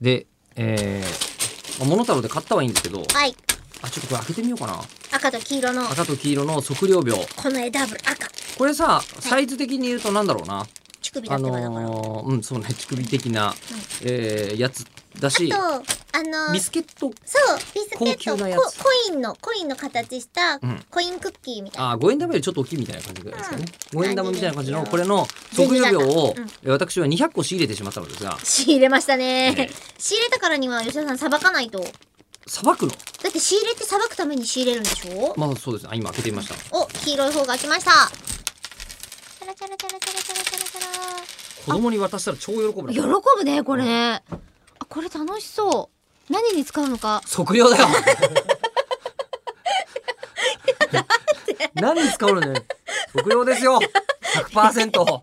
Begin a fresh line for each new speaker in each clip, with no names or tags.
で、えー、まあモノタロウで買ったはいいんですけど、
はい。
あ、ちょっとこれ開けてみようかな。
赤と黄色の、
赤と黄色の測量秒。
この枝ぶ赤。
これさ、サイズ的に言うとなんだろうな。
乳首だ
あ
ってばだから。
のー、うん、そうね、乳首的な、えー、やつだし、
あと、あの
ビスケット、
そう、ビスケ
高級
ット
なや
コ、
つ
コインの、コインの形した
うん、
コインクッキーみたいな。
あー、5円玉よりちょっと大きいみたいな感じぐらいですかね。
うん
5円玉みたいな感じの、
感じ
こ
で
れの測量秒を
銭形、
えー私は200個仕入れてしまったのですが、
仕入れました
え
ね
え。
仕入れたからには吉田さんさばかないと。
さばくの
だって仕入れってさばくために仕入れるんでしょ
まあそうですね。あ、今開けてみました。
お、黄色い方が開きました。チャラチャラチャラチャラチャラチャラチャ
子
ラ。
供に渡したら超喜ぶ
喜
な。
ぶねこれあこれ楽しそう何に使うのか
測量だ よ何に使うのね測量ですよ100%
そ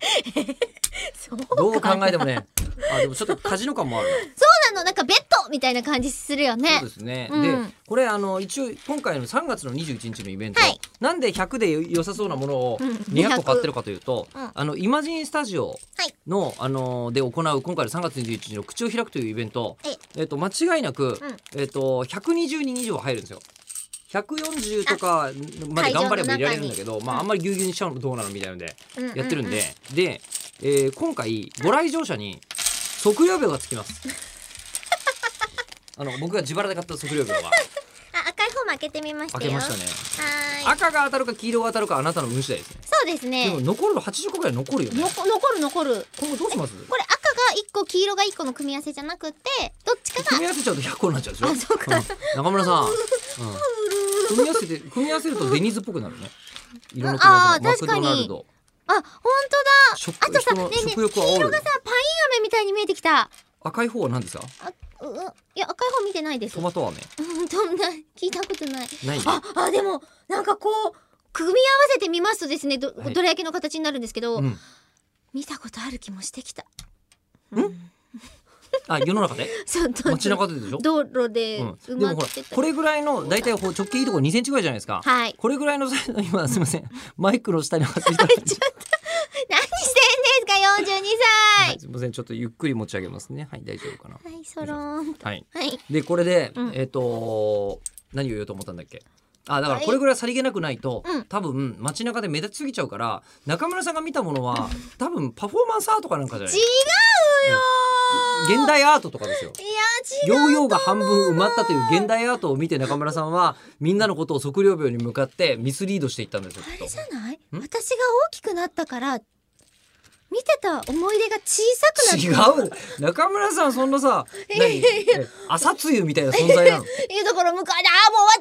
う
どう考えてもねあでもちょっとカジノ感もある
なのなんかベッドみたいな感じするよ
な
ね
そうですね、
うん
でこれあの一応今回の3月の21日のイベント、
はい
なんで100で良さそうなものを
うん
200個買ってるかというと、
うん
あのイマジンスタジオの、あので行う今回の3月21日の口を開くというイベント、
はい
えっと間違いなく、
うん
えっと120人以上入るんですよ。140とかまで頑張れば入れられるんだけど、まあ、
うん
あんまりぎゅうぎゅうにしちゃうのどうなのみたいなので
ううう
やってるんで、で、えー今回ご来場者に測量秒がつきます。あの僕が自腹で買った測量秒は
あ赤い方も開けてみましたよ
開けましたね。
はーい
赤が当たるか黄色が当たるかあなたの運次第ですね。
そうです
で
ね
も残るの80個ぐらい残るよね
の。こ残る残る
今後どうします？
これ赤が一個黄色が一個の組み合わせじゃなくてどっちかが
組み合わせちゃうと100個になっちゃうでしょ。
あそうか
ん中村さん、うん組み合わせて組み合わせるとデニーズっぽくなるね。色の組み合わせ
あ
マ
ー
ク
確
ド
かに
ナルド。
あ本当だ
食
あと
人
さね
の
えねえ黄
食
色が
欲を
さパイン
煽る。
飴みたいに見えてきた
赤い方は何ですか？
あううんいや赤い方見てないです
トマト飴。
うんとない聞いたことない
ない。
あ、あ、でも、なんかこう、組み合わせてみますとですね、ど、
はい
どら焼きの形になるんですけど、
うん。
見たことある気もしてきた。
あ世の中で？
そう、ど
街中ででしょ？
道路で
う
埋
ん。で
ま
もほ
っ
ら
てた。
これぐらいの大体ほ直径いいところ2センチぐらいじゃないですか。
はい。
これぐらいのサイズの 今すみませんマイクの下に貼っていただい て。
何してんですか、42
はい、すみませんちょっとゆっくり持ち上げますねはい大丈夫かな
歳。はい、そろーん。
はい
はい。
でこれで、
うん
えっ、と何を言おうと思ったんだっけあだから
はい
これぐらいさりげなくないと、
うん
多分街中で目立ちすぎちゃうから中村さんが見たものは多分パフォーマンスアートかなんかじゃない
違うよ
現代アートとかですよ
ー。いや、
ヨ
違う。
ーヨーが半分埋まったという現代アートを見て中村さんはみんなのことを測量病に向かってミスリードしていったんですよきっ
あ
と
れじゃない
ん
私が大きくなったから、見てた思い出が小さくなった。
違う中 村さんそんなさ何え朝露みたいな存在なの
いやだから向かいでああもう終わっ